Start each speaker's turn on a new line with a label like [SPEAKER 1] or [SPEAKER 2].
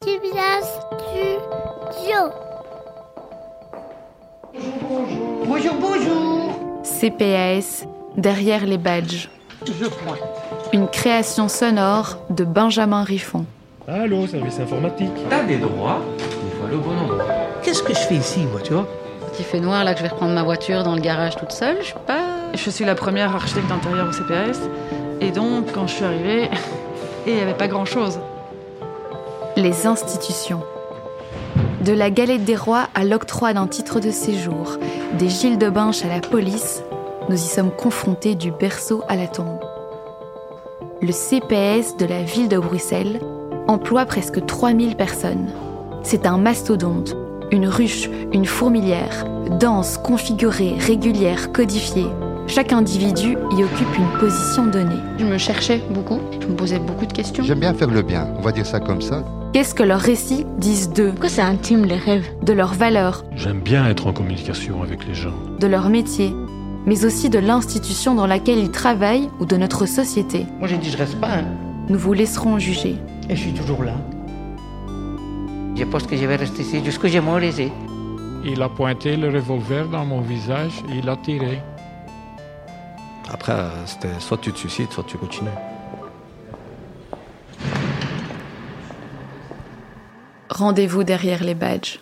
[SPEAKER 1] Tibia Studio.
[SPEAKER 2] Bonjour, bonjour.
[SPEAKER 3] CPAS, derrière les badges.
[SPEAKER 2] Je pointe.
[SPEAKER 3] Une création sonore de Benjamin Riffon.
[SPEAKER 4] Allô, service informatique.
[SPEAKER 5] T'as des droits, il faut aller au bon endroit.
[SPEAKER 2] Qu'est-ce que je fais ici, moi, tu vois
[SPEAKER 6] Il fait noir là que je vais reprendre ma voiture dans le garage toute seule, je suis pas.
[SPEAKER 7] Je suis la première architecte d'intérieur au CPS. Et donc, quand je suis arrivée, il n'y avait pas grand-chose.
[SPEAKER 3] Les institutions. De la galette des rois à l'octroi d'un titre de séjour, des Gilles de Binche à la police, nous y sommes confrontés du berceau à la tombe. Le CPS de la ville de Bruxelles emploie presque 3000 personnes. C'est un mastodonte, une ruche, une fourmilière, dense, configurée, régulière, codifiée. Chaque individu y occupe une position donnée.
[SPEAKER 6] Je me cherchais beaucoup, je me posais beaucoup de questions.
[SPEAKER 8] J'aime bien faire le bien, on va dire ça comme ça.
[SPEAKER 3] Qu'est-ce que leurs récits disent d'eux,
[SPEAKER 9] Pourquoi c'est intime les rêves
[SPEAKER 3] de leurs valeurs,
[SPEAKER 4] J'aime bien être en communication avec les gens.
[SPEAKER 3] de leur métier, mais aussi de l'institution dans laquelle ils travaillent ou de notre société.
[SPEAKER 2] Moi, j'ai dit, je reste pas, hein.
[SPEAKER 3] Nous vous laisserons juger.
[SPEAKER 2] Et je suis toujours là. Je pense que je vais rester ici jusqu'à ce que je mourrai.
[SPEAKER 10] Il a pointé le revolver dans mon visage et il a tiré.
[SPEAKER 5] Après, euh, c'était soit tu te suicides, soit tu continues.
[SPEAKER 3] Rendez-vous derrière les badges.